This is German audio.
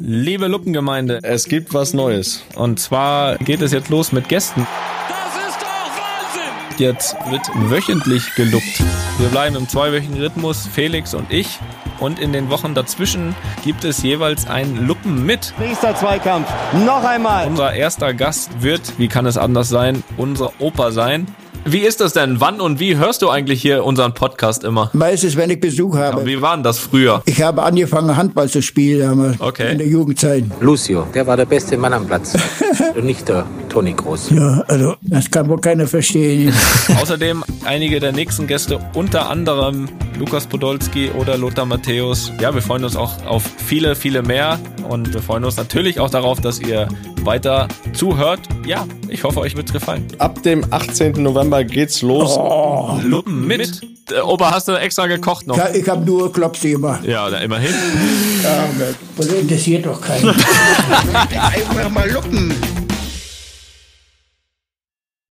Liebe Luppengemeinde, Es gibt was Neues. und zwar geht es jetzt los mit Gästen. Das ist doch Wahnsinn! Jetzt wird wöchentlich geluppt. Wir bleiben im zweiwöchigen Rhythmus, Felix und ich. Und in den Wochen dazwischen gibt es jeweils ein Luppen mit. Nächster Zweikampf. Noch einmal. Unser erster Gast wird, wie kann es anders sein, unser Opa sein. Wie ist das denn? Wann und wie hörst du eigentlich hier unseren Podcast immer? Meistens, wenn ich Besuch habe. Wie war denn das früher? Ich habe angefangen, Handball zu spielen damals. Okay. In der Jugendzeit. Lucio, der war der beste Mann am Platz. Und nicht der Toni Groß. Ja, also, das kann wohl keiner verstehen. Außerdem einige der nächsten Gäste, unter anderem Lukas Podolski oder Lothar Matthäus. Ja, wir freuen uns auch auf viele, viele mehr und wir freuen uns natürlich auch darauf, dass ihr weiter zuhört. Ja, ich hoffe, euch wird's gefallen. Ab dem 18. November geht's los. Luppen mit. Äh, Opa, hast du extra gekocht noch? ja, ich habe nur Klopse gemacht. Ja, na, immerhin. Das interessiert doch keinen. Einfach mal Luppen